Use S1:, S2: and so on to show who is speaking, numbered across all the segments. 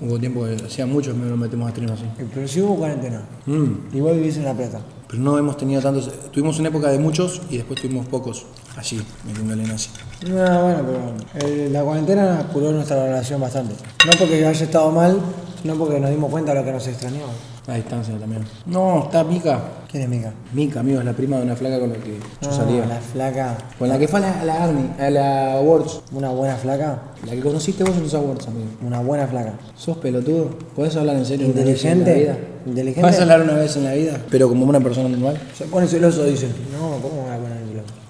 S1: Hubo tiempo que hacía mucho que no nos metemos a stream así.
S2: Pero si hubo cuarentena.
S1: Mm,
S2: Y vos vivís en La Plata.
S1: Pero no hemos tenido tantos. Tuvimos una época de muchos y después tuvimos pocos. Allí, metiendo el así.
S2: No, bueno, pero eh, la cuarentena curó nuestra relación bastante. No porque haya estado mal, sino porque nos dimos cuenta de lo que nos extrañaba.
S1: A distancia también. No, está Mica.
S2: ¿Quién es Mica?
S1: Mica, amigo, es la prima de una flaca con la que yo
S2: Ah,
S1: salía.
S2: La flaca.
S1: Con la que fue a la, a la Army, a la Awards.
S2: Una buena flaca.
S1: La que conociste vos en los Awards, amigo.
S2: Una buena flaca.
S1: ¿Sos pelotudo? ¿Podés hablar en serio? una vez en la
S2: Inteligente.
S1: vida?
S2: Inteligente.
S1: ¿Vas a hablar una vez en la vida? Pero como una persona normal.
S2: Se pone celoso, dicen. No, ¿cómo me voy a poner celoso?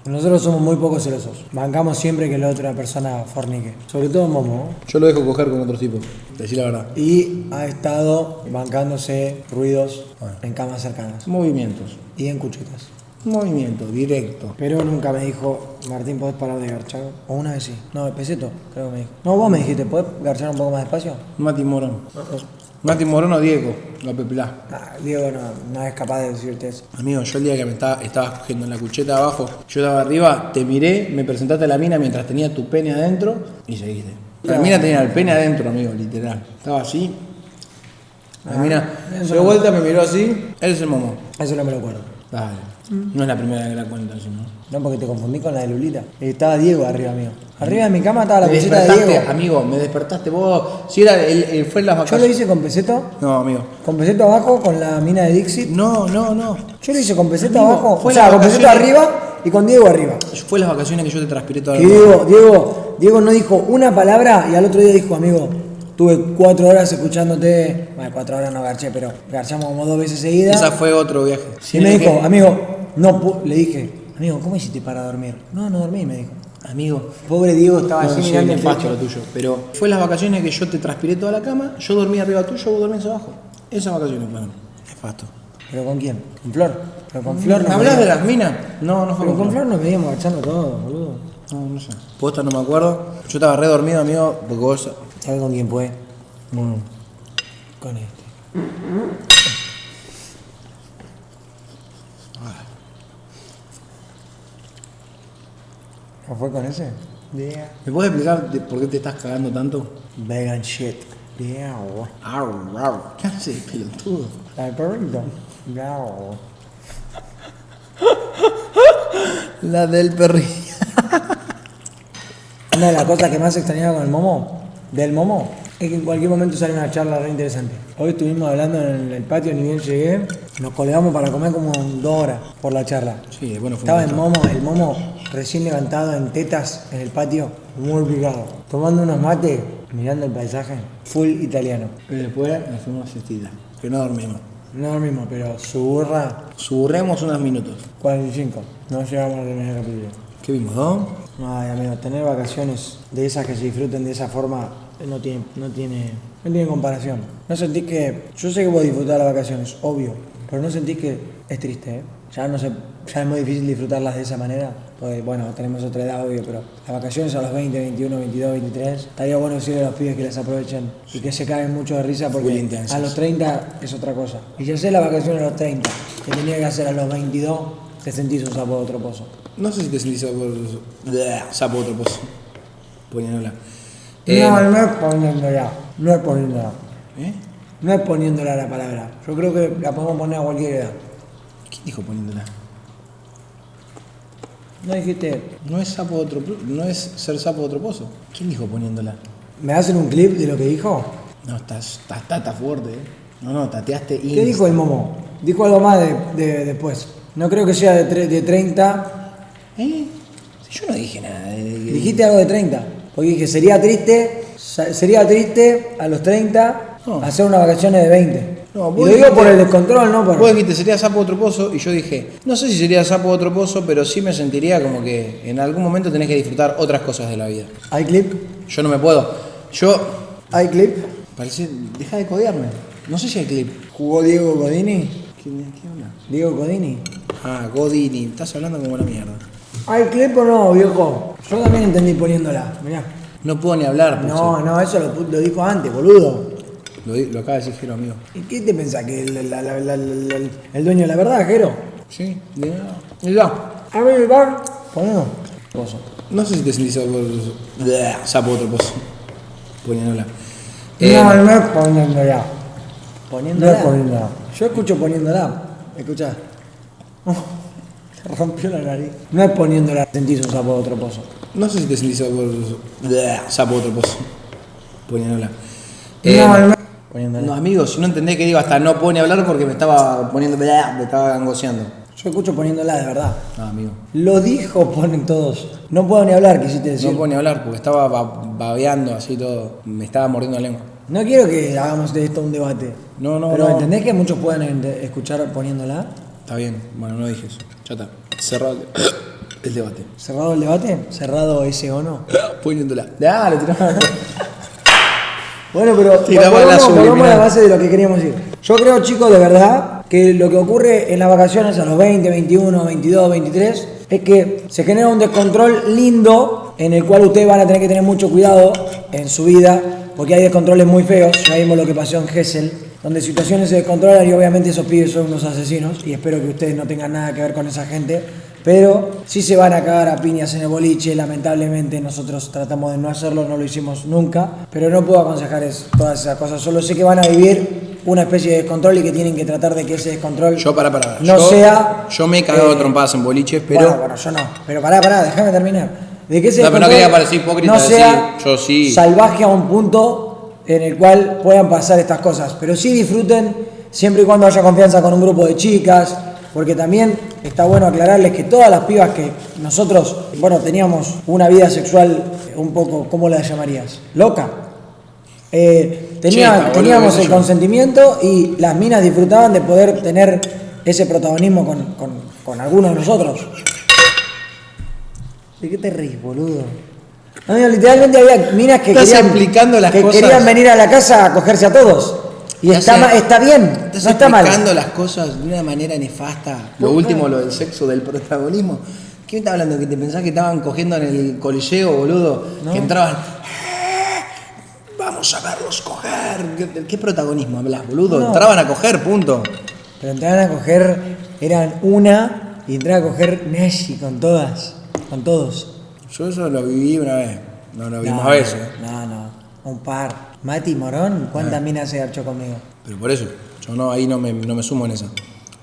S2: Nosotros somos muy poco celosos. Bancamos siempre que la otra persona fornique. Sobre todo Momo. ¿no?
S1: Yo lo dejo coger con otros tipos. Decí la verdad.
S2: Y ha estado bancándose ruidos en camas cercanas
S1: Movimientos.
S2: y en cuchetas.
S1: Movimiento, directo.
S2: Pero nunca me dijo, Martín, ¿podés parar de garchar? O una vez sí. No, Peseto, creo que me dijo. No, vos me dijiste, ¿podés garchar un poco más despacio?
S1: Mati Morón. Mati Morón o Diego, la pepilá.
S2: Nah, Ah, Diego no, no es capaz de decirte eso.
S1: Amigo, yo el día que me estaba, estabas cogiendo en la cucheta abajo, yo estaba arriba, te miré, me presentaste a la mina mientras tenía tu pene adentro y seguiste. La mina tenía el pene adentro, amigo, literal. Estaba así. La mina
S2: Ah, eso
S1: se dio vuelta, me miró así. Él es el momo.
S2: Eso no me lo acuerdo.
S1: Dale.
S2: Mm.
S1: No es la primera vez que la cuento, sino.
S2: No, porque te confundí con la de Lulita. Estaba Diego arriba mío. Arriba de mi cama estaba Ah, la
S1: me
S2: cucheta de
S1: despertaste,
S2: Diego.
S1: amigo, me despertaste vos. Si era, el, el- fue en las
S2: Yo lo
S1: vacaciones.
S2: hice con peseto,
S1: No, amigo.
S2: con peseto abajo, con la mina de Dixit.
S1: No, no, no.
S2: Yo lo hice con peseto
S1: Amigo,
S2: abajo,
S1: fue
S2: o sea,
S1: la
S2: con peseto
S1: vacaciones.
S2: arriba y con Diego arriba.
S1: Fue las vacaciones que yo te transpiré toda
S2: Que
S1: la noche.
S2: Diego, Diego, Diego no dijo una palabra y al otro día dijo, amigo, tuve cuatro horas escuchándote. Bueno, cuatro horas no garché, pero garchamos como dos veces seguidas.
S1: Esa fue otro viaje.
S2: y me
S1: le
S2: dijo,
S1: dije,
S2: amigo, no, pu-". le dije, amigo, ¿cómo hiciste para dormir? No, no dormí, me dijo.
S1: amigo,
S2: Pobre Diego estaba
S1: no,
S2: así
S1: Ah, sí,
S2: mirando el
S1: nefasto
S2: techo.
S1: lo tuyo. Pero fue las vacaciones que yo te transpiré toda la cama, yo dormí arriba tuyo, vos dormís abajo. Esas vacaciones fueron. Nefasto.
S2: ¿Pero con quién? ¿Con Flor? ¿Pero con Flor?
S1: ¿Me
S2: no
S1: hablas de las minas? No, no fue
S2: Pero con
S1: Flor.
S2: Flor nos veíamos garchando todo, boludo.
S1: No, no sé. Posta, no me acuerdo. Yo estaba re dormido, amigo, porque vos.
S2: ¿Sabes con quién fue? Mm.
S1: Bueno,
S2: Con este. ¿No fue con ese? Yeah.
S1: ¿Me puedes explicar de por qué te estás cagando tanto?
S2: Vegan shit. Miau.
S1: Arr, arr. ¿Qué haces, pelotudo?
S2: La del perrito. oh. Miau.
S1: La del perrillo.
S2: Una de las cosas que más extrañaba con el momo, del momo, es que en cualquier momento sale una charla re interesante. Hoy estuvimos hablando en el patio, ni bien llegué, nos colgamos para comer como dos horas por la charla.
S1: Sí, bueno, fue
S2: Estaba
S1: un
S2: el
S1: montón.
S2: momo, el momo recién levantado en tetas en el patio, muy picado, tomando unos mates, mirando el paisaje, full italiano.
S1: Y después nos fuimos a siestita, que no dormimos.
S2: No lo mismo, pero su burra,
S1: Suburremos unos minutos.
S2: 45. No llegamos a terminar el capítulo.
S1: ¿Qué vimos, Don?
S2: Ay, amigo, tener vacaciones de esas que se disfruten de esa forma eh, no tiene, no tiene, no tiene comparación. No sentís que, yo sé que vos disfrutás las vacaciones, obvio, pero no sentís que es triste, ¿eh? Ya no sé, ya es muy difícil disfrutarlas de esa manera, porque bueno, tenemos otra edad, obvio, pero las vacaciones a los 20, 21, 22, 23, estaría bueno decirle a los pibes que las aprovechen y que se caen mucho de risa
S1: Full
S2: porque
S1: intensas.
S2: a los 30 es otra cosa. Y ya sé las vacaciones a los 30, que tenía que hacer a los 22, te sentís un sapo de otro pozo.
S1: No sé si te sentís sapo, bleh, sapo de otro pozo. Poniéndola.
S2: No,
S1: Eh,
S2: no es poniéndola, no es poniéndola,
S1: ¿eh?
S2: no es poniéndola la palabra. Yo creo que la podemos poner a cualquier edad.
S1: ¿Quién dijo poniéndola?
S2: No dijiste,
S1: No es sapo de otro po- no es ser sapo de otro pozo. ¿Quién dijo poniéndola?
S2: ¿me hacen un clip de lo que dijo?
S1: No, estás, estás, estás, estás fuerte, eh. No, no, tateaste y.
S2: ¿Qué dijo el momo? Dijo algo más de, de- después. No creo que sea de, tre- de 30.
S1: ¿Eh? Si yo no dije nada. eh, eh,
S2: Dijiste algo de 30. Porque dije, sería triste, sa- sería triste a los 30
S1: No.
S2: hacer unas vacaciones de 20.
S1: No,
S2: Y
S1: vos
S2: lo digo
S1: dijiste-
S2: por el descontrol, no por...
S1: Vos dijiste, sería sapo de otro pozo, y yo dije, no sé si sería sapo de otro pozo, pero sí me sentiría como que en algún momento tenés que disfrutar otras cosas de la vida.
S2: ¿Hay clip?
S1: Yo no me puedo. Yo
S2: ¿Hay clip?
S1: Parece. Deja de codearme. No sé si hay clip.
S2: ¿Jugó Diego Godini?
S1: ¿Quién, quién habla?
S2: ¿Diego Godini?
S1: Ah, Godini. Estás hablando como la mierda.
S2: ¿Hay clip o no, viejo? Yo también entendí poniéndola, mirá.
S1: No puedo ni hablar.
S2: No, no, eso lo, pu- lo dijo antes, boludo.
S1: Pulse. Lo, di- lo acaba de decir Jero, amigo.
S2: ¿Y qué te pensás que el, la- la- la- la- la- el dueño de la verdad, Jero?
S1: Sí, de nada. Mirá,
S2: Abre el bar, ponelo. Pozo.
S1: No sé si te sentís sapo, bleh, sapo otro pozo. Poniéndola. Eh,
S2: no, no es poniéndola. No es poniéndola. Yo escucho poniéndola. Escuchá. Se rompió la nariz. Oh. No es poniéndola. Sentís un sapo de otro pozo.
S1: No sé si te sentís sapo sapo de otro pozo. Poniéndola. Eh,
S2: No, no es poniéndola.
S1: No, amigo, si no entendés que digo hasta no pone a hablar porque me estaba poniendo, me estaba angoseando.
S2: Yo escucho poniéndola, de verdad.
S1: No, Ah, amigo.
S2: Lo dijo, ponen todos. No puedo ni hablar, quisiste decir.
S1: No pone a hablar porque estaba ba- babeando así todo. Me estaba mordiendo la lengua.
S2: No quiero que hagamos de esto un debate.
S1: No, no,
S2: Pero
S1: no.
S2: ¿entendés que muchos pueden ente- escuchar poniéndola?
S1: Está bien. Bueno, no dije eso. Ya está. Cerrado el debate.
S2: ¿Cerrado el debate? ¿Cerrado ese o no?
S1: Poniéndola. Dale, tirá.
S2: Bueno, pero
S1: Tiraba la
S2: volvamos, volvamos a
S1: subliminal.
S2: la base de lo que queríamos decir. Yo creo, chicos, de verdad, que lo que ocurre en las vacaciones a los 20, 21, 22, 23, es que se genera un descontrol lindo en el cual ustedes van a tener que tener mucho cuidado en su vida, porque hay descontroles muy feos. Ya vimos lo que pasó en Gessel, donde situaciones se descontrolan y obviamente esos pibes son unos asesinos, y espero que ustedes no tengan nada que ver con esa gente. Pero sí se van a cagar a piñas en el boliche, lamentablemente nosotros tratamos de no hacerlo, no lo hicimos nunca, pero no puedo aconsejar es- todas esas cosas, solo sé que van a vivir una especie de descontrol y que tienen que tratar de que ese descontrol...
S1: Yo para para.
S2: No
S1: yo,
S2: sea,
S1: Yo me he cagado
S2: eh,
S1: trompadas en boliches, pero.
S2: Bueno, bueno, yo no, pero pará, pará, déjame terminar. De que ese
S1: No, pero no
S2: descontrol
S1: quería parecer hipócrita,
S2: no
S1: decir,
S2: sea
S1: yo sí.
S2: salvaje a un punto en el cual puedan pasar estas cosas, pero sí disfruten siempre y cuando haya confianza con un grupo de chicas, porque también está bueno aclararles que todas las pibas que nosotros, bueno, teníamos una vida sexual eh, un poco, ¿cómo la llamarías? Loca. Eh, tenía-
S1: Cheta, boludo,
S2: teníamos
S1: qué sé
S2: el
S1: yo.
S2: consentimiento y las minas disfrutaban de poder tener ese protagonismo con, con, con algunos de nosotros. ¿De qué te reís, boludo? Amigo, literalmente había minas que,
S1: Estás
S2: querían,
S1: explicando las
S2: que
S1: cosas.
S2: querían venir a la casa a cogerse a todos. Y
S1: Estás
S2: está,
S1: e-
S2: ma- está bien,
S1: Estás
S2: no está mal.
S1: explicando las cosas de una manera nefasta. Lo último, lo del sexo, del protagonismo. ¿Qué me está hablando? ¿Que te pensás que estaban cogiendo en el coliseo, boludo? Que entraban. "Eh, Vamos a verlos coger. ¿Qué- ¿De qué protagonismo hablas, boludo?
S2: No.
S1: Entraban a coger, punto.
S2: Pero entraban a coger, eran una, y entraban a coger Nashi con todas, con todos.
S1: Yo eso lo viví una vez. No lo vimos
S2: No,
S1: a veces.
S2: No, no, un par. Mati Morón,
S1: Ah.
S2: ¿cuántas minas se garchó conmigo?
S1: Pero por eso, yo no, ahí no me, no me sumo en esa.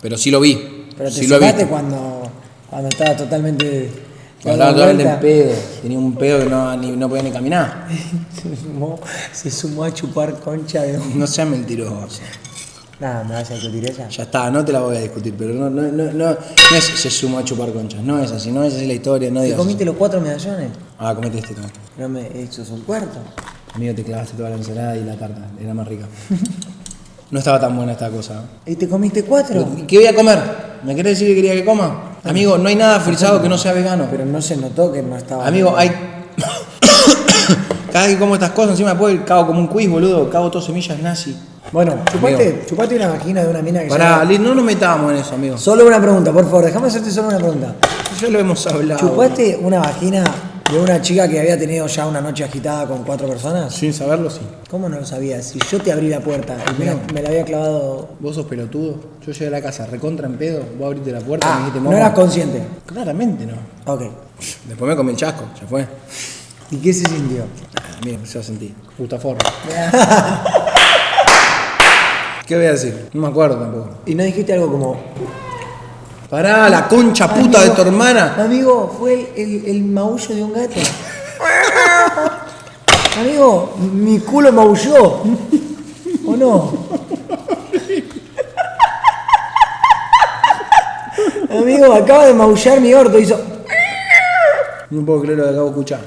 S1: Pero sí lo vi.
S2: Pero te
S1: sí lo vi.
S2: sacaste cuando, cuando estaba totalmente...
S1: Estaba
S2: dando
S1: totalmente en
S2: vuelta.
S1: pedo. Tenía un pedo que no, ni- no podía ni caminar.
S2: se, sumó, se sumó a chupar concha de un...
S1: No seas mentiroso.
S2: Nada, me vas a discutir esa.
S1: Ya está, no te la voy a discutir, pero no, no, no, no, no es se sumó a chupar conchas, no es así, no es así la historia, no
S2: ¿Te
S1: digas.
S2: comiste los cuatro medallones?
S1: eso. Ah, comete este también.
S2: No me... Eso es un cuarto.
S1: Amigo, te clavaste toda la ensalada y la tarta, era más rica. No estaba tan buena esta cosa.
S2: ¿Y te comiste cuatro?
S1: ¿Qué voy a comer? ¿Me querés decir que quería que coma? Amigo, no hay nada frisado que no sea vegano.
S2: Pero no se notó que no estaba...
S1: Amigo, hay. Cada vez que como estas cosas, encima después cago como un quiz, boludo, cago todo semillas nazi.
S2: Bueno, chupate, chupate una vagina de una mina que...
S1: Pará,
S2: ya-
S1: Lid, no nos metamos en eso, amigo.
S2: Solo una pregunta, por favor, déjame hacerte solo una pregunta.
S1: Ya lo hemos hablado.
S2: ¿Chupaste una vagina de una chica que había tenido ya una noche agitada con cuatro personas?
S1: Sin saberlo, sí.
S2: ¿Cómo no lo sabías? Si yo te abrí la puerta y me la, me la había clavado...
S1: Vos sos pelotudo. Yo llegué a la casa recontra en pedo. Vos abriste la puerta y me
S2: Ah,
S1: dijiste,
S2: no
S1: "Momo".
S2: eras consciente.
S1: Claramente no.
S2: Ok.
S1: Después me comí el chasco, ya fue.
S2: ¿Y qué se sintió?
S1: Ah, mira, empecé a sentir. Gustaforro. ¿Qué voy a decir? No me acuerdo tampoco.
S2: Y no dijiste algo como.
S1: Pará, la concha puta de tu hermana.
S2: Amigo, fue el, el- el maullo de un gato. Amigo, mi culo maulló. ¿O no? Amigo, acaba de maullar mi orto. Hizo.
S1: No puedo creer lo que acabo de escuchar.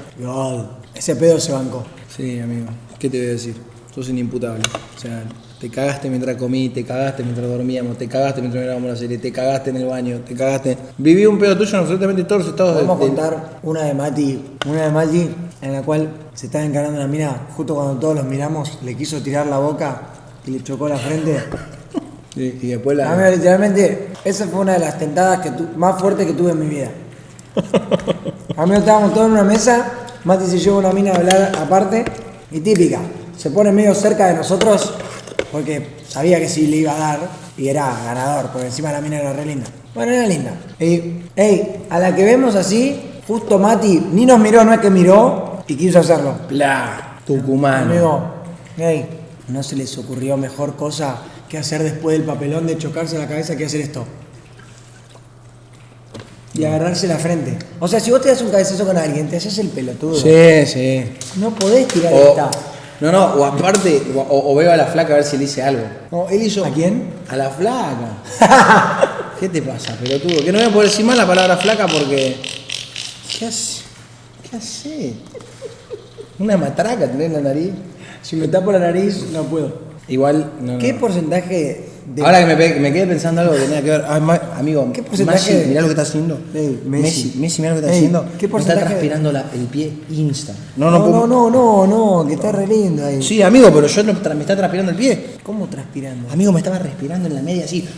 S2: Ese pedo se bancó.
S1: Sí, amigo. ¿Qué te voy a decir? Sos inimputable. O sea, te cagaste mientras comí, te cagaste mientras dormíamos, te cagaste mientras mirábamos la serie, te cagaste en el baño, te cagaste. Viví un pedo tuyo en absolutamente todos los estados de-
S2: Vamos a
S1: del-
S2: contar una de Mati, una de Mati, en la cual se estaba encarando una mina, justo cuando todos los miramos, le quiso tirar la boca y le chocó la frente.
S1: Y, y después la.
S2: Amigo, literalmente, esa fue una de las tentadas que tu- más fuertes que tuve en mi vida. Amigo, estábamos todos en una mesa, Mati se lleva una mina a hablar aparte, y típica, se pone medio cerca de nosotros, porque sabía que si le iba a dar, y era ganador, porque encima la mina era re linda. Bueno, era linda. Y, ey, a la que vemos así, justo Mati ni nos miró, Ah, no es que miró, y quiso hacerlo.
S1: Pla, Tucumán.
S2: Amigo, ey, no se les ocurrió mejor cosa que hacer después del papelón de chocarse la cabeza que hacer esto. Y agarrarse la frente. O sea, si vos te das un cabezazo con alguien, te haces el pelotudo.
S1: Sí, sí.
S2: No podés tirar
S1: O-
S2: esta.
S1: no, no, o aparte, o, o veo a la flaca a ver si le dice algo. No, él hizo.
S2: ¿A quién?
S1: A la flaca. ¿Qué te pasa, pelotudo? Que no voy a poder decir mal la palabra flaca porque. ¿Qué hace? ¿Qué hace? Una matraca tenés en la nariz.
S2: Si me tapo la nariz, no puedo.
S1: Igual, no, no.
S2: ¿Qué porcentaje de
S1: Ahora que me, pe- me quedé pensando algo que tenía que ver. Ay, ma- amigo,
S2: ¿Qué porcentaje
S1: Messi,
S2: de-
S1: mirá lo que está haciendo.
S2: Ey, Messi.
S1: Messi, Messi, mirá lo que está
S2: Ey,
S1: haciendo.
S2: ¿qué
S1: Me está
S2: porcentaje de-
S1: transpirando la- el pie insta.
S2: No, no, no, no, no, que está re lindo ahí.
S1: Sí, amigo, pero yo no tra- me está transpirando el pie.
S2: ¿Cómo transpirando?
S1: Amigo, me estaba respirando en la media así.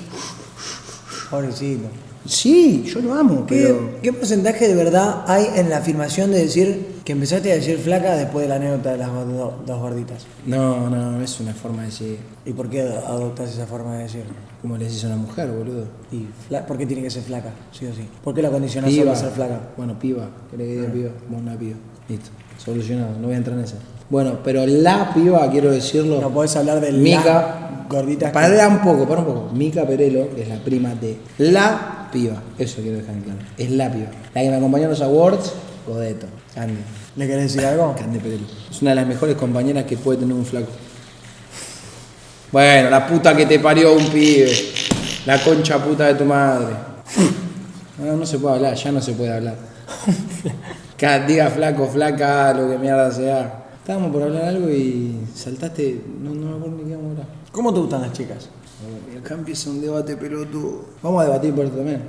S2: Pobrecito.
S1: Sí, yo lo amo,
S2: ¿Qué,
S1: pero.
S2: qué porcentaje de verdad hay en la afirmación de decir que empezaste a decir flaca después de la anécdota de las go- do- dos gorditas?
S1: No, no, es una forma de decir.
S2: ¿Y por qué ad- adoptás esa forma de decir?
S1: ¿Cómo le dices a una mujer, boludo?
S2: Y fla- ¿Por qué tiene que ser flaca? Sí o sí. ¿Por qué la condicionás solo
S1: Piba.
S2: a ser flaca?
S1: Bueno, piba. ¿Querés que diga
S2: Ah.
S1: piba? Bueno, una piba. Listo. Solucionado, no voy a entrar en eso. Bueno, pero la piba, quiero decirlo.
S2: No podés hablar de
S1: Mica.
S2: las gorditas. que-
S1: Pará un poco, para un poco. Mica Perelo, que es la prima de la piba. Eso quiero dejar en claro. Es la piba. La que me acompañó en los awards, Godeto. Cande.
S2: ¿Le querés decir algo?
S1: Cande Perelo. Es una de las mejores compañeras que puede tener un flaco. Bueno, la puta que te parió un pibe. La concha puta de tu madre. No, no se puede hablar, ya no se puede hablar. Ca- Diga flaco, flaca, lo que mierda sea. Estábamos por hablar algo y saltaste. No, no me acuerdo ni qué vamos a hablar.
S2: ¿Cómo te gustan las chicas?
S1: Y Acá empieza un debate pelotudo. Vamos a debatir por esto también.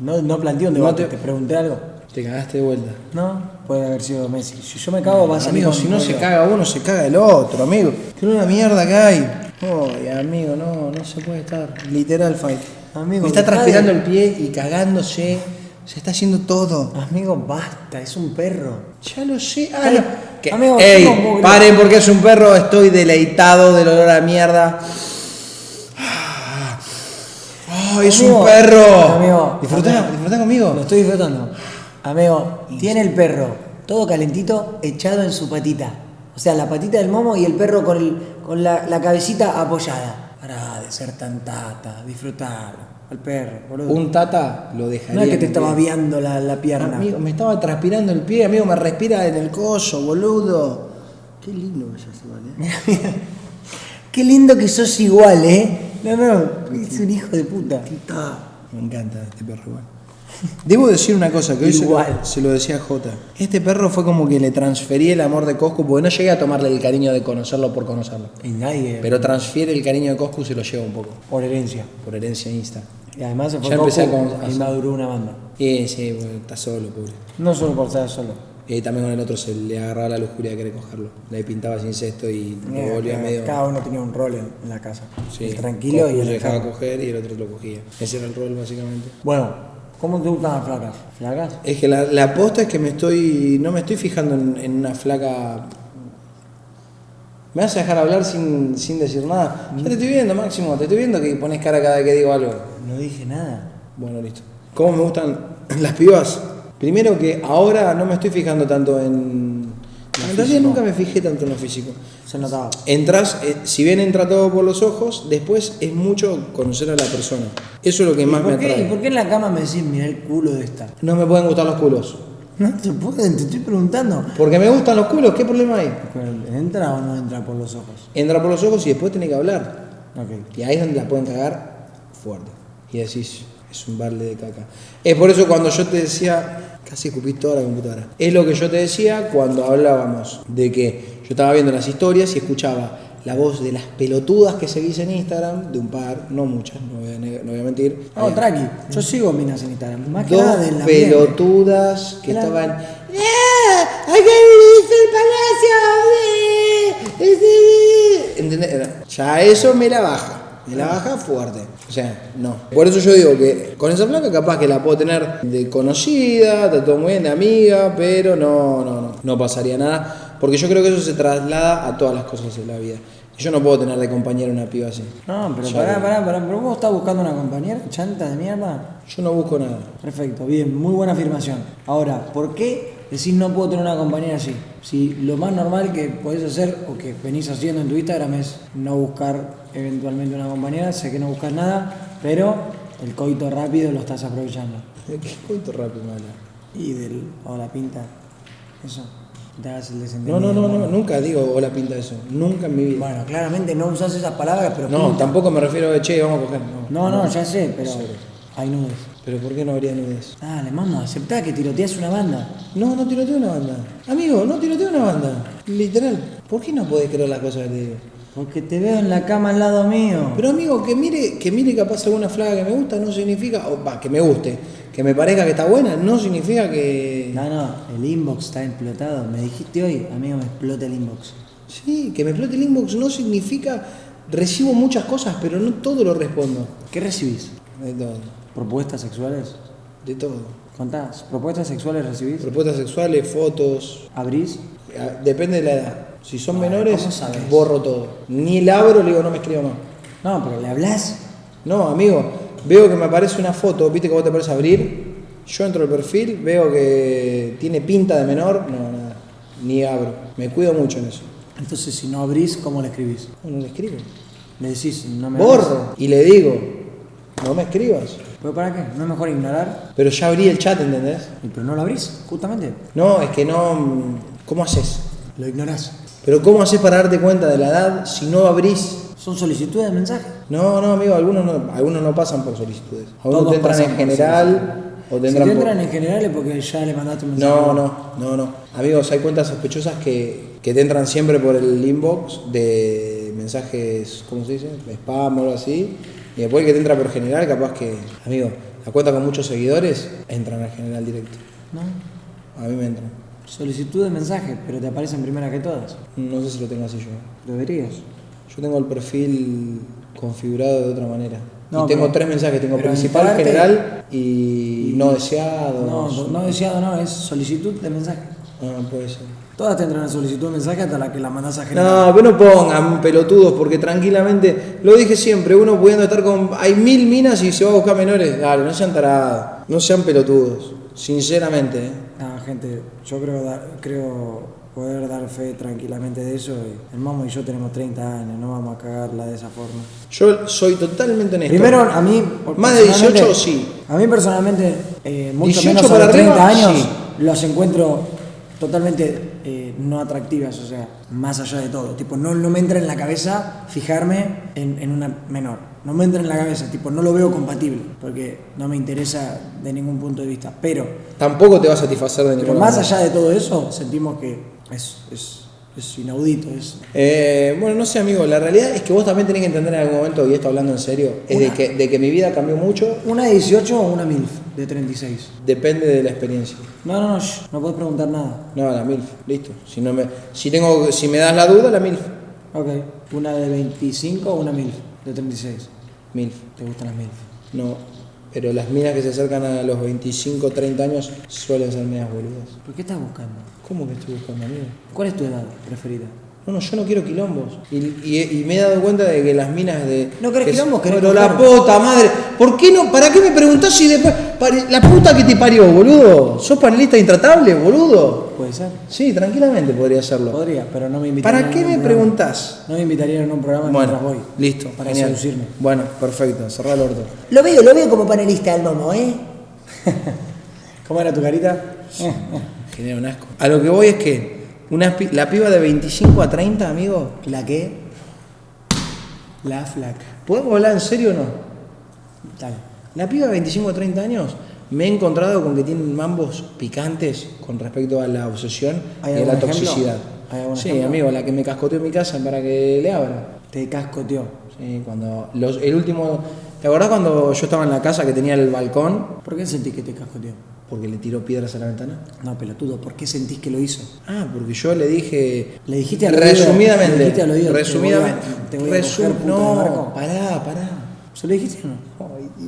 S2: No, no planteo un
S1: No
S2: debate,
S1: te-
S2: te pregunté algo.
S1: Te cagaste de vuelta.
S2: No, puede haber sido Messi. Si yo me cago, vas a salir
S1: amigo,
S2: con
S1: si no
S2: un
S1: se
S2: rollo.
S1: caga uno, se caga el otro, amigo. Que una mierda que hay. Ay, amigo, no, no se puede estar. Literal fight.
S2: Amigo,
S1: Me está
S2: dejá
S1: transpirando
S2: de-
S1: el pie y cagándose. Se está haciendo todo.
S2: Amigo, basta, es un perro.
S1: Ya lo sé. Ah,
S2: Pero,
S1: no. Que-
S2: amigo, tengo
S1: ¡Ey!
S2: mugre.
S1: Paren porque es un perro. Estoy deleitado del olor a mierda. ¡Ah! ¡Ay, es un
S2: Amigo,
S1: perro!
S2: amigo,
S1: disfrutá,
S2: amigo.
S1: disfrutá conmigo.
S2: Lo estoy disfrutando. Amigo, tiene el perro todo calentito echado en su patita. O sea, la patita del momo y el perro con, el- con la, la cabecita apoyada. Pará de ser tan tata, disfrutarlo. Al perro, boludo.
S1: Un tata lo dejaría.
S2: no es que te
S1: en
S2: estaba
S1: pie.
S2: viando la, la pierna.
S1: Amigo, me estaba transpirando el pie, amigo, me respira en el coso, boludo. Qué lindo que sos igual, ¿eh?
S2: Qué lindo que sos igual, ¿eh? No, no, es un hijo de puta.
S1: Me encanta este perro igual. Debo decir una cosa que hoy se lo,
S2: Igual.
S1: se lo decía a Jota. Este perro fue como que le transferí el amor de Coscu, porque no llegué a tomarle el cariño de conocerlo por conocerlo.
S2: Y nadie.
S1: Pero transfiere el cariño de Coscu y se lo lleva un poco,
S2: Por herencia.
S1: por herencia insta.
S2: Y además se
S1: Ya
S2: fue
S1: empecé
S2: Goku
S1: con-
S2: y maduró una banda.
S1: Eh, sí, bueno, está solo, pobre.
S2: No solo por estar solo.
S1: Eh, también con el otro se le agarraba la lujuria de querer cogerlo. Le pintaba sin cesto y
S2: Mira,
S1: lo volvía
S2: cada-
S1: medio.
S2: Cada uno tenía un rol en, en la casa.
S1: Sí,
S2: el tranquilo y
S1: Coscu
S2: el
S1: se dejaba
S2: enfermo.
S1: coger y el otro lo cogía. Ese era el rol básicamente.
S2: Bueno, ¿cómo te gustan las flacas? ¿Flacas?
S1: Es que la, la posta es que me estoy. no me estoy fijando en, en una flaca. Me vas a dejar hablar sin, sin decir nada. Ya te estoy viendo, Máximo, te estoy viendo que pones cara cada vez que digo algo.
S2: No dije nada.
S1: Bueno, listo. ¿Cómo me gustan las pibas? Primero que ahora no me estoy fijando tanto en. En realidad nunca me fijé tanto en lo físico.
S2: Se notaba.
S1: Entras, eh, si bien entra todo por los ojos, después es mucho conocer a la persona. Eso es lo que más me
S2: ¿Por qué,
S1: atrae.
S2: ¿Y por qué en la cama me decís, mira el culo de esta?
S1: No me pueden gustar los culos.
S2: No te pueden, te estoy preguntando.
S1: Porque me gustan los culos, ¿qué problema hay?
S2: ¿Entra o no entra por los ojos?
S1: Entra por los ojos y después tiene que hablar.
S2: Ok.
S1: Y ahí es donde la pueden cagar fuerte. Y decís, es un balde de caca. Es por eso cuando yo te decía, casi escupí toda la computadora. Es lo que yo te decía cuando hablábamos de que yo estaba viendo las historias y escuchaba la voz de las pelotudas que seguís en Instagram, de un par, no muchas, no voy a, neg- no voy a mentir.
S2: No,
S1: Había
S2: tranqui. Yo sigo minas en Instagram. Más que nada
S1: dos
S2: de la
S1: pelotudas que
S2: Claro.
S1: estaban. ¡Ah! ¡Hay que dividirse el palacio! ¡Eh! ¡Ese- eh! ¿Entendés? Era- Ya eso me la baja. Me la baja fuerte. O sea, no. Por eso yo digo que con esa placa capaz que la puedo tener de conocida, de todo muy bien, de amiga, pero no, no, no. No pasaría nada. Porque yo creo que eso se traslada a todas las cosas en la vida. Yo no puedo tener de compañera una piba así.
S2: No, pero
S1: Ya
S2: pará,
S1: lo-
S2: pará, pará. ¿Pero vos estás buscando una compañera chanta de mierda?
S1: Yo no busco nada.
S2: Perfecto, bien, muy buena afirmación. Ahora, ¿por qué Decís, no puedo tener una compañera así. Si lo más normal que podés hacer o que venís haciendo en tu Instagram es no buscar eventualmente una compañera, sé que no buscas nada, pero el coito rápido lo estás aprovechando.
S1: ¿De qué cuento rápido, mala?
S2: Y del. o la pinta. Eso. Te hagas el
S1: No,
S2: desentendido.
S1: no, no, no, nunca digo hola pinta eso. Nunca en mi vida.
S2: Bueno, claramente no usás esas palabras, pero.
S1: No,
S2: pinta.
S1: tampoco me refiero a che, vamos a coger. No,
S2: No, no, ya sé, pero.
S1: Cero.
S2: Hay nudes.
S1: Pero ¿por qué no habría nudez?
S2: Dale, mamá, aceptá que tiroteas una banda.
S1: No, no tiroteo una banda. Amigo, no tiroteo una banda. Literal. ¿Por qué no podés creer las cosas que te digo?
S2: Porque te veo en la cama al lado mío.
S1: Pero amigo, que mire, que mire capaz alguna flaga que me gusta no significa, o va, que me guste, que me parezca que está buena, no significa que.
S2: No, no, el inbox está explotado. Me dijiste hoy, amigo, me explota el inbox.
S1: Sí, que me explote el inbox no significa recibo muchas cosas, pero no todo lo respondo.
S2: ¿Qué recibís?
S1: De todo,
S2: ¿Propuestas sexuales?
S1: de todo.
S2: Contás, ¿propuestas sexuales recibís?
S1: Propuestas sexuales, fotos,
S2: ¿Abrís?
S1: a- Ah, depende de la edad. Si son
S2: Ah,
S1: menores,
S2: ¿cómo sabes?
S1: borro todo. Ni la abro, le digo no me escribo más.
S2: No, pero ¿le hablas?
S1: No, amigo, veo que me aparece una foto, viste que vos te aparece abrir, yo entro al perfil, veo que tiene pinta de menor, no, nada, ni abro, me cuido mucho en eso.
S2: Entonces, si no abrís, ¿cómo le escribís?
S1: No, no le escribo.
S2: Le decís, no me abrís.
S1: Borro y le digo, no me escribas.
S2: ¿Pero para qué? ¿No es mejor ignorar?
S1: Pero ya abrí el chat, ¿entendés?
S2: Y Pero no lo abrís, justamente.
S1: No, es que no... mm, ¿Cómo haces?
S2: Lo ignorás.
S1: Pero ¿cómo haces para darte cuenta de la edad si no abrís?
S2: Son solicitudes de mensaje.
S1: No, no, amigo, algunos no, algunos no pasan por solicitudes. Algunos
S2: Todos
S1: te entran
S2: pasan
S1: en
S2: por
S1: general o te
S2: Si
S1: entran
S2: te
S1: por...
S2: entran en general es porque ya le mandaste un mensaje.
S1: No, no, no, no. Amigos, hay cuentas sospechosas que, que te entran siempre por el inbox de mensajes, ¿cómo se dice? Spam o algo así. Y después el que te entra por general, capaz que, amigo, la cuenta con muchos seguidores, entran al general directo.
S2: No.
S1: A mí me entran.
S2: Solicitud de mensaje, pero te aparecen primera que todas.
S1: No sé si lo tengo así yo.
S2: Deberías.
S1: Yo tengo el perfil configurado de otra manera.
S2: No,
S1: y tengo
S2: pero-
S1: tres mensajes, tengo
S2: pero
S1: principal,
S2: entrarte-
S1: general y no deseado.
S2: No, no, no deseado no, es solicitud de mensaje.
S1: no puede ser.
S2: Todas te entran en solicitud de mensaje hasta la que la mandas a generar.
S1: No, pero no pongan pelotudos, porque tranquilamente, lo dije siempre, uno pudiendo estar con. Hay mil minas y se va a buscar menores. Dale, no sean tarados, no sean pelotudos, sinceramente. ¿eh?
S2: Ah, gente, yo creo, dar- creo poder dar fe tranquilamente de eso. y El Mamo y yo tenemos 30 años, no vamos a cagarla de esa forma.
S1: Yo soy totalmente honesto.
S2: Primero, a mí.
S1: Más de 18
S2: personalmente,
S1: sí.
S2: A mí personalmente, eh, mucho
S1: 18
S2: menos a
S1: para
S2: los 30
S1: arriba,
S2: años,
S1: sí.
S2: los encuentro totalmente eh, no atractivas, o sea, más allá de todo. Tipo, no, no me entra en la cabeza fijarme en, en una menor. No me entra en la cabeza, tipo, no lo veo compatible, porque no me interesa de ningún punto de vista. Pero,
S1: tampoco te va a satisfacer de
S2: pero
S1: ninguna
S2: más
S1: manera.
S2: allá de todo eso, sentimos que es, es, es inaudito, es
S1: Eh, bueno, no sé, amigo, la realidad es que vos también tenés que entender en algún momento, y esto hablando en serio, es de
S2: Una.
S1: que, de que mi vida cambió mucho,
S2: una de 18 o una MILF de 36.
S1: depende de la experiencia.
S2: No, no, no, shh, no puedes preguntar nada.
S1: No, la MILF, listo. Si, no me, si, tengo, si me das la duda, la MILF.
S2: Ok, una de 25 o una MILF de 36.
S1: MILF.
S2: ¿Te gustan las MILF?
S1: No, pero las minas que se acercan a los 25, 30 años suelen ser minas boludas.
S2: ¿Por qué estás buscando?
S1: ¿Cómo que estoy buscando amigo?
S2: ¿Cuál es tu edad preferida?
S1: No, no, yo no quiero quilombos. Y, y- y me he dado cuenta de que las minas de.
S2: ¿No querés
S1: que-
S2: quilombos? ¿Querés
S1: Pero la
S2: coger?
S1: puta madre. ¿Por qué no? ¿Para qué me preguntás si después. pare- La puta que te parió, boludo. ¿Sos panelista intratable, boludo?
S2: Puede ser.
S1: Sí, tranquilamente podría hacerlo.
S2: Podría, pero no me invitaría.
S1: ¿Para qué me
S2: preguntas?
S1: preguntás?
S2: No me invitarían a un programa
S1: Bueno,
S2: Ah, mientras voy.
S1: listo.
S2: Para
S1: genial.
S2: seducirme.
S1: Bueno, perfecto. Cerrá el orto.
S2: Lo veo, lo veo como panelista al momo, ¿eh? ¿Cómo era tu carita?
S1: Genera un asco. A lo que voy es que una pi- la piba de 25 a 30, amigo,
S2: ¿La qué? La flaca.
S1: ¿podemos hablar en serio o no?
S2: Dale.
S1: La piba de 25 a 30 años me he encontrado con que tienen mambos picantes con respecto a la obsesión y
S2: ¿Hay
S1: a la
S2: algún ejemplo?
S1: toxicidad.
S2: ¿Hay algún
S1: Sí,
S2: ejemplo?
S1: amigo, la que me cascoteó en mi casa para que le abra.
S2: Te cascoteó.
S1: Sí, cuando los- el último, ¿te acordás cuando yo estaba en la casa que tenía el balcón
S2: ¿Por qué sentís que te cascoteó?
S1: porque le tiró piedras a la ventana?
S2: No, pelotudo, ¿por qué sentís que lo hizo?
S1: Ah, porque yo le dije
S2: Le dijiste al oído-
S1: resumidamente,
S2: le dijiste al oído, te voy a-
S1: resumidamente,
S2: te voy a
S1: resum-
S2: coger, puta de
S1: no,
S2: barco.
S1: pará, pará.
S2: ¿Se lo dijiste o no?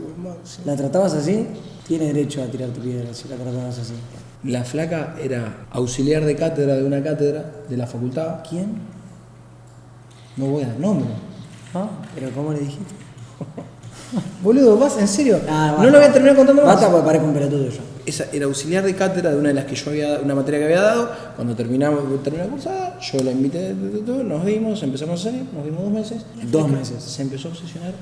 S2: ¿La tratabas así? Tiene derecho a tirarte piedras si la tratabas así.
S1: La flaca era auxiliar de cátedra de una cátedra de la facultad.
S2: ¿Quién?
S1: No voy a dar nombre.
S2: ¿Ah? ¿Pero cómo le dijiste?
S1: Boludo, vas, en serio.
S2: Ah,
S1: no
S2: basta.
S1: Ah, lo voy a terminar contando más.
S2: Basta porque parezco un pelotudo yo.
S1: esa, era auxiliar de cátedra de una de las que yo había, una materia que había dado. Cuando terminamos, terminó la cursada, yo la invité, tu, tu, tu, nos dimos, empezamos a salir, nos dimos dos meses.
S2: Dos meses.
S1: Se empezó a obsesionar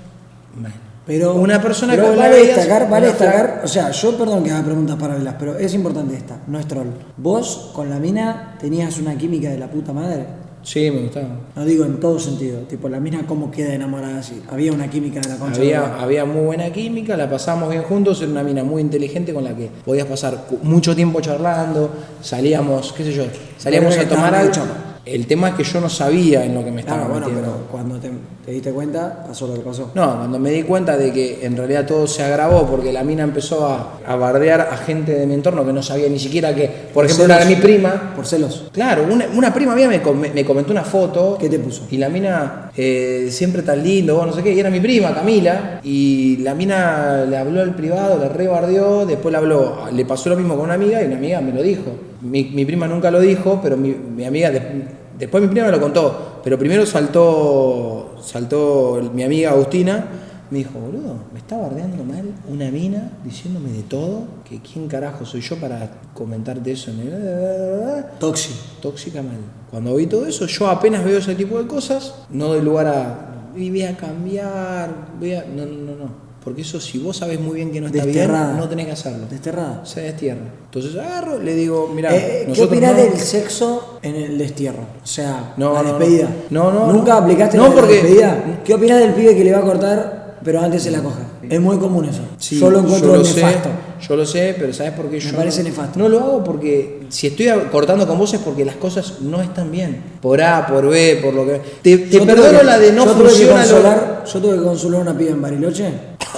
S1: mal.
S2: Pero
S1: Una persona
S2: pero
S1: que vos la
S2: vale
S1: veías,
S2: destacar, vale
S1: una
S2: destacar, o sea, yo perdón que haga preguntas paralelas, pero es importante esta, no es troll. Vos con la mina tenías una química de la puta madre.
S1: Sí, me gustaba.
S2: No digo en todo sentido, tipo la mina cómo queda enamorada así. Había una química de la concha. de la
S1: Había,
S2: lora.
S1: había muy buena química, la pasamos bien juntos, era una mina muy inteligente con la que podías pasar cu- mucho tiempo charlando, salíamos, qué sé yo, salíamos
S2: Pero
S1: a
S2: estaba
S1: tomar
S2: medio
S1: algo.
S2: chapa.
S1: El tema es que yo no sabía en lo que me estaba
S2: Claro, bueno,
S1: metiendo.
S2: pero cuando te, te diste cuenta, pasó lo que pasó.
S1: No, cuando me di cuenta de que en realidad todo se agravó porque la mina empezó a, a bardear a gente de mi entorno que no sabía ni siquiera que, por ejemplo, era mi
S2: celos.
S1: prima.
S2: Por celos.
S1: Claro, una, una prima mía me, com- me comentó una foto.
S2: ¿Qué te puso?
S1: Y la mina, eh, siempre tan lindo, vos no sé qué, y era mi prima, Camila, y la mina le habló al privado, le rebardeó, después le habló, le pasó lo mismo con una amiga y una amiga me lo dijo. Mi, mi prima nunca lo dijo, pero mi, mi amiga, de- después mi prima me lo contó, pero primero saltó, saltó el- mi amiga Agustina, me dijo, boludo, me está bardeando mal una mina diciéndome de todo, que quién carajo soy yo para comentarte eso.
S2: Toxi.
S1: Tóxica mal. Cuando vi todo eso, yo apenas veo ese tipo de cosas, no doy lugar a. "Y voy a cambiar, voy a. No, no, no, no. Porque eso, si vos sabés muy bien que no está
S2: Desterrada.
S1: bien, no tenés que hacerlo.
S2: Desterrada.
S1: Se destierra. Entonces agarro, le digo, mirá,
S2: Eh, ¿Qué
S1: nosotros
S2: opinás
S1: no-
S2: del sexo en el destierro? O sea,
S1: No,
S2: la
S1: no, no.
S2: despedida.
S1: No, no,
S2: ¿Nunca
S1: no.
S2: aplicaste
S1: No,
S2: la
S1: porque-
S2: despedida? ¿Qué opinás del pibe que le va a cortar, pero antes se la coja? Es muy común eso.
S1: Sí,
S2: yo lo encuentro
S1: yo lo
S2: nefasto.
S1: Sé, yo lo sé, pero ¿sabes por qué yo
S2: parece
S1: no,
S2: nefasto.
S1: No lo hago porque si estoy a- cortando con vos es porque las cosas no están bien. Por A, por B, por lo que. Te, te
S2: Yo tuve
S1: perdono
S2: que-
S1: la de no
S2: yo tuve que
S1: funciona. lo-
S2: consolar- Yo tuve que consolar a una piba en Bariloche.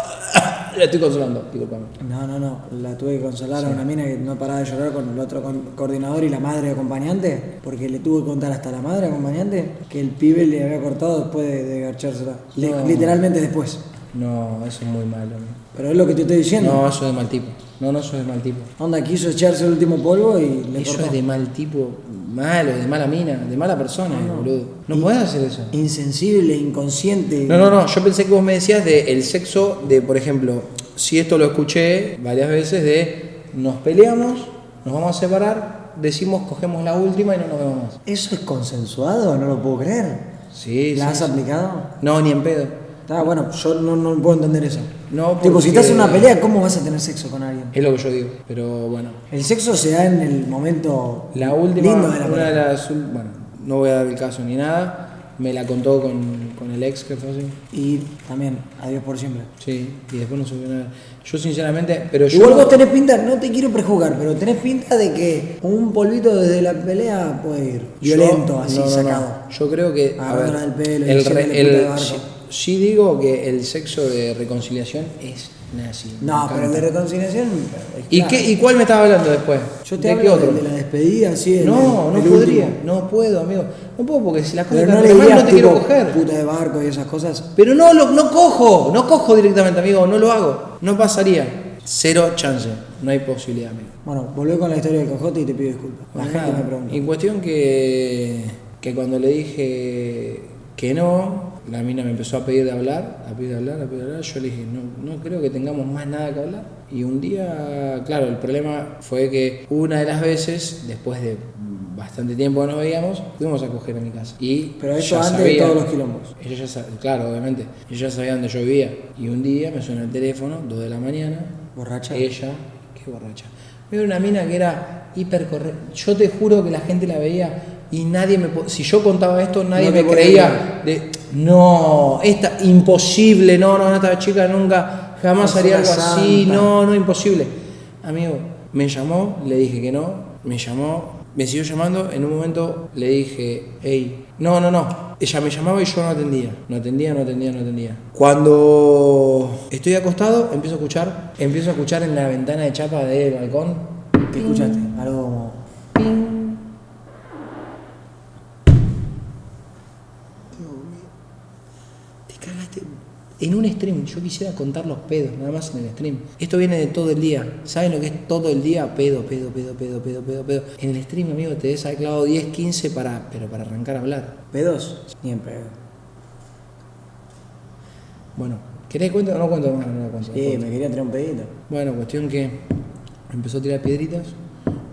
S1: La estoy consolando, disculpame.
S2: No, no, no. La tuve que consolar a una mina que no paraba de llorar con el otro con- coordinador y la madre acompañante. Porque le tuve que contar hasta a la madre acompañante que el pibe le había cortado después de, de garchársela. Le-
S1: No.
S2: Literalmente después.
S1: No, eso es muy malo. ¿no?
S2: Pero es lo que te estoy diciendo.
S1: No, eso es de mal tipo. No, no, eso es de mal tipo.
S2: Onda quiso echarse el último polvo y le
S1: Eso
S2: cortó.
S1: es de mal tipo, malo, de mala mina, de mala persona, boludo. Ah, No podés hacer eso.
S2: Insensible, inconsciente.
S1: No, no, no, yo pensé que vos me decías de el sexo, de por ejemplo, si esto lo escuché varias veces, de nos peleamos, nos vamos a separar, decimos, cogemos la última y no nos vemos más.
S2: ¿Eso es consensuado? No lo puedo creer.
S1: Sí,
S2: ¿La
S1: sí.
S2: has aplicado?
S1: No, ni en pedo.
S2: Ah, bueno, yo no, no puedo entender eso.
S1: No,
S2: Tipo,
S1: porque-
S2: si estás en una pelea, ¿cómo vas a tener sexo con alguien?
S1: Es lo que yo digo, pero bueno.
S2: El sexo se da en el momento
S1: La última,
S2: lindo de la
S1: una
S2: pelea.
S1: de las, ul- bueno, no voy a dar el caso ni nada, me la contó con, con el ex que fue así.
S2: Y también, adiós por siempre.
S1: Sí, y después no subió nada. Yo sinceramente, pero yo...
S2: Igual
S1: no-
S2: vos tenés pinta, no te quiero prejuzgar, pero tenés pinta de que un polvito desde la pelea puede ir.
S1: yo-
S2: Violento,
S1: no,
S2: así,
S1: no, no.
S2: sacado.
S1: Yo creo que... a ver,
S2: Agarrándola del pelo y
S1: el
S2: diciéndole
S1: re-
S2: puta
S1: el-
S2: de barco.
S1: sí, sí digo que el sexo de reconciliación es nazi. me
S2: No, pero el de
S1: encanta.
S2: reconciliación.
S1: ¿Y,
S2: claro.
S1: qué, ¿Y cuál me estaba hablando después?
S2: Yo te
S1: ¿De
S2: hablo
S1: qué otro?
S2: del de la despedida, sí. el-
S1: no, no
S2: el
S1: podría.
S2: último.
S1: No puedo, amigo. No puedo porque si las cosas
S2: Pero no
S1: están
S2: le
S1: re mal,
S2: dirías
S1: no te quiero
S2: tipo,
S1: coger.
S2: puta de barco y esas cosas.
S1: Pero no, lo, no cojo, no cojo directamente, amigo, no lo hago. No pasaría. Cero chance. No hay posibilidad, amigo.
S2: Bueno, volvé con la historia del cojote y te pido disculpas. La
S1: Ajá.
S2: gente me pregunta.
S1: Y cuestión que, que cuando le dije que no, la mina me empezó a pedir de hablar, a pedir de hablar, a pedir de hablar. Yo le dije, no, no creo que tengamos más nada que hablar. Y un día, claro, el problema fue que una de las veces, después de bastante tiempo que nos veíamos, fuimos a coger a mi casa. Y
S2: Pero eso
S1: ya
S2: antes de
S1: sabía-
S2: todos los quilombos.
S1: ellos ya sa- claro, obviamente, ellos ya sabían dónde yo vivía. Y un día me suena el teléfono, 2 de la mañana,
S2: Borracha.
S1: ella, qué borracha. Era una mina que era hiper correcta. Yo te juro que la gente la veía y nadie me. po- Si yo contaba esto, nadie
S2: No te
S1: me
S2: podía
S1: creía. De, no, esta, imposible, no, no, esta chica nunca, jamás
S2: Es
S1: haría
S2: una
S1: algo así,
S2: santa.
S1: no, no, imposible. Amigo, me llamó, le dije que no, me llamó, me siguió llamando, en un momento le dije, hey, no, no, no. Ella me llamaba y yo no atendía, no atendía, no atendía, no atendía. Cuando estoy acostado, empiezo a escuchar, empiezo a escuchar en la ventana de chapa del balcón,
S2: ¿Qué escuchaste? Algo como.
S1: te cagaste. En un stream, yo quisiera contar los pedos, nada más en el stream. Esto viene de todo el día. ¿Saben lo que es todo el día? Pedo, pedo, pedo, pedo, pedo, pedo, pedo. En el stream, amigo, te des haber clavado 10, 15 para, pero para arrancar a hablar.
S2: ¿Pedos? Ni en pedo.
S1: Bueno, ¿querés cuento o no cuento más? No, no cuento, no
S2: Sí,
S1: cuento.
S2: me quería tirar un pedito.
S1: Bueno, cuestión que Empezó a tirar piedritas.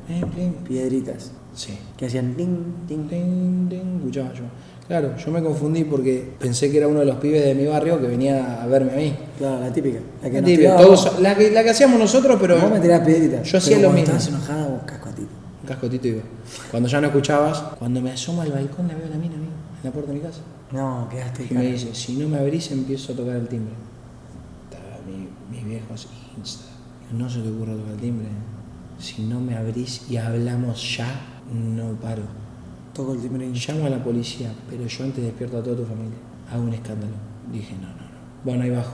S1: Plim, plim.
S2: Piedritas.
S1: Sí.
S2: Que hacían ting, ting, ting.
S1: Ding, ding, escuchaba yo. Claro, yo me confundí porque pensé que era uno de los pibes de mi barrio que venía a verme a mí.
S2: Claro, la típica. La que
S1: La
S2: nos
S1: típica,
S2: tirábamos.
S1: todos- la, que, la que hacíamos nosotros, pero.
S2: Vos me tirás piedritas.
S1: Yo hacía
S2: pero
S1: lo
S2: cuando
S1: mismo.
S2: Estabas enojada, vos cascotito.
S1: Un cascotito iba. Cuando ya no escuchabas, cuando me asomo al balcón la veo a la mina, amigo, en la puerta de mi casa.
S2: No, quedaste.
S1: Y me dice, si no me abrís empiezo a tocar el timbre. Estaba mi- mis viejos insta. No se te ocurra tocar el timbre. ¿eh? Si no me abrís y hablamos ya, no paro.
S2: Toco el timbre y
S1: Llamo a la policía, pero yo antes despierto a toda tu familia. Hago un escándalo. Dije, no, no, no. Bueno, ahí bajo.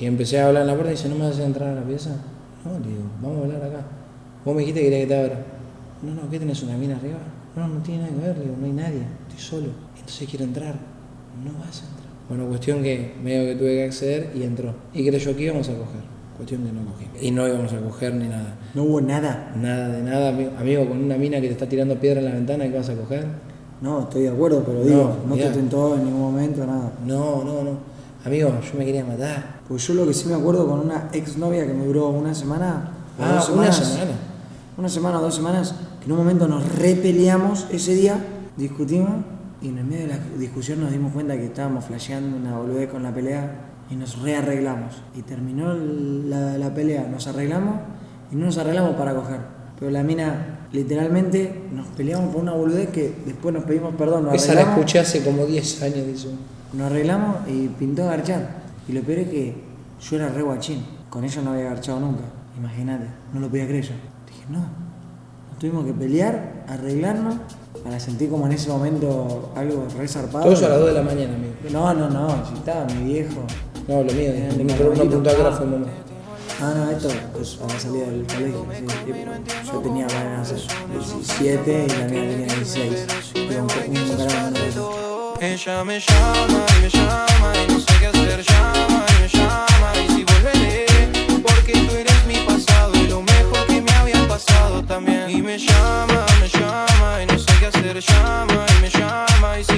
S1: Y empecé a hablar en la puerta y dice, ¿no me vas a entrar a la pieza? No, le digo, vamos a hablar acá. Vos me dijiste que querías que te abra. No, no, ¿qué tenés una mina arriba? No, no tiene nada que ver, le digo, no hay nadie, estoy solo. Entonces quiero entrar. No vas a entrar. Bueno, cuestión que medio que tuve que acceder y entró. Y creyó que íbamos a coger. Cuestión que no cogimos. Y no íbamos a coger ni nada.
S2: No hubo nada.
S1: Nada de nada, amigo, amigo con una mina que te está tirando piedra en la ventana, ¿qué vas a coger?
S2: No, estoy de acuerdo, pero digo,
S1: No,
S2: no, te
S1: mirá.
S2: tentó en ningún momento nada.
S1: No, no, no. Amigo, yo me quería matar.
S2: Porque Pues yo lo que sí me acuerdo con una exnovia que me duró una semana. o
S1: Ah,
S2: dos
S1: una
S2: semanas,
S1: semana.
S2: Una semana o dos semanas, que en un momento nos repeleamos ese día, discutimos, y en el medio de la discusión nos dimos cuenta que estábamos flasheando una boludez con la pelea, y nos rearreglamos. Y terminó la, la pelea, nos arreglamos, y no nos arreglamos para coger. Pero la mina, literalmente, nos peleamos por una boludez que después nos pedimos perdón, nos
S1: Esa la
S2: arreglamos.
S1: escuché hace como 10 años, dice.
S2: Nos arreglamos y pintó garchar. Y lo peor es que yo era re guachín. Con ella no había garchado nunca. Imagínate, no lo podía creer yo. Dije, no. Nos tuvimos que pelear, arreglarnos, para sentir como en ese momento algo re zarpado.
S1: Todo eso a las 2 de la mañana, amigo.
S2: No, no, no, si estaba mi viejo.
S1: No, lo mío,
S2: Eh,
S1: mi
S2: mi
S1: problema
S2: hermanito.
S1: puntual que era fue mamá.
S2: Ah, no, esto pues, a la salida del colegio. sí, tipo, yo tenía más de 17 y la mía tenía 16. Pero un, un carajo no lo-
S3: Ella me llama y me llama y no sé qué hacer. Llama y me llama y si volveré, porque tú eres mi pasado y lo mejor que me había pasado también. Y me llama, me llama y no sé qué hacer. Llama y me llama y si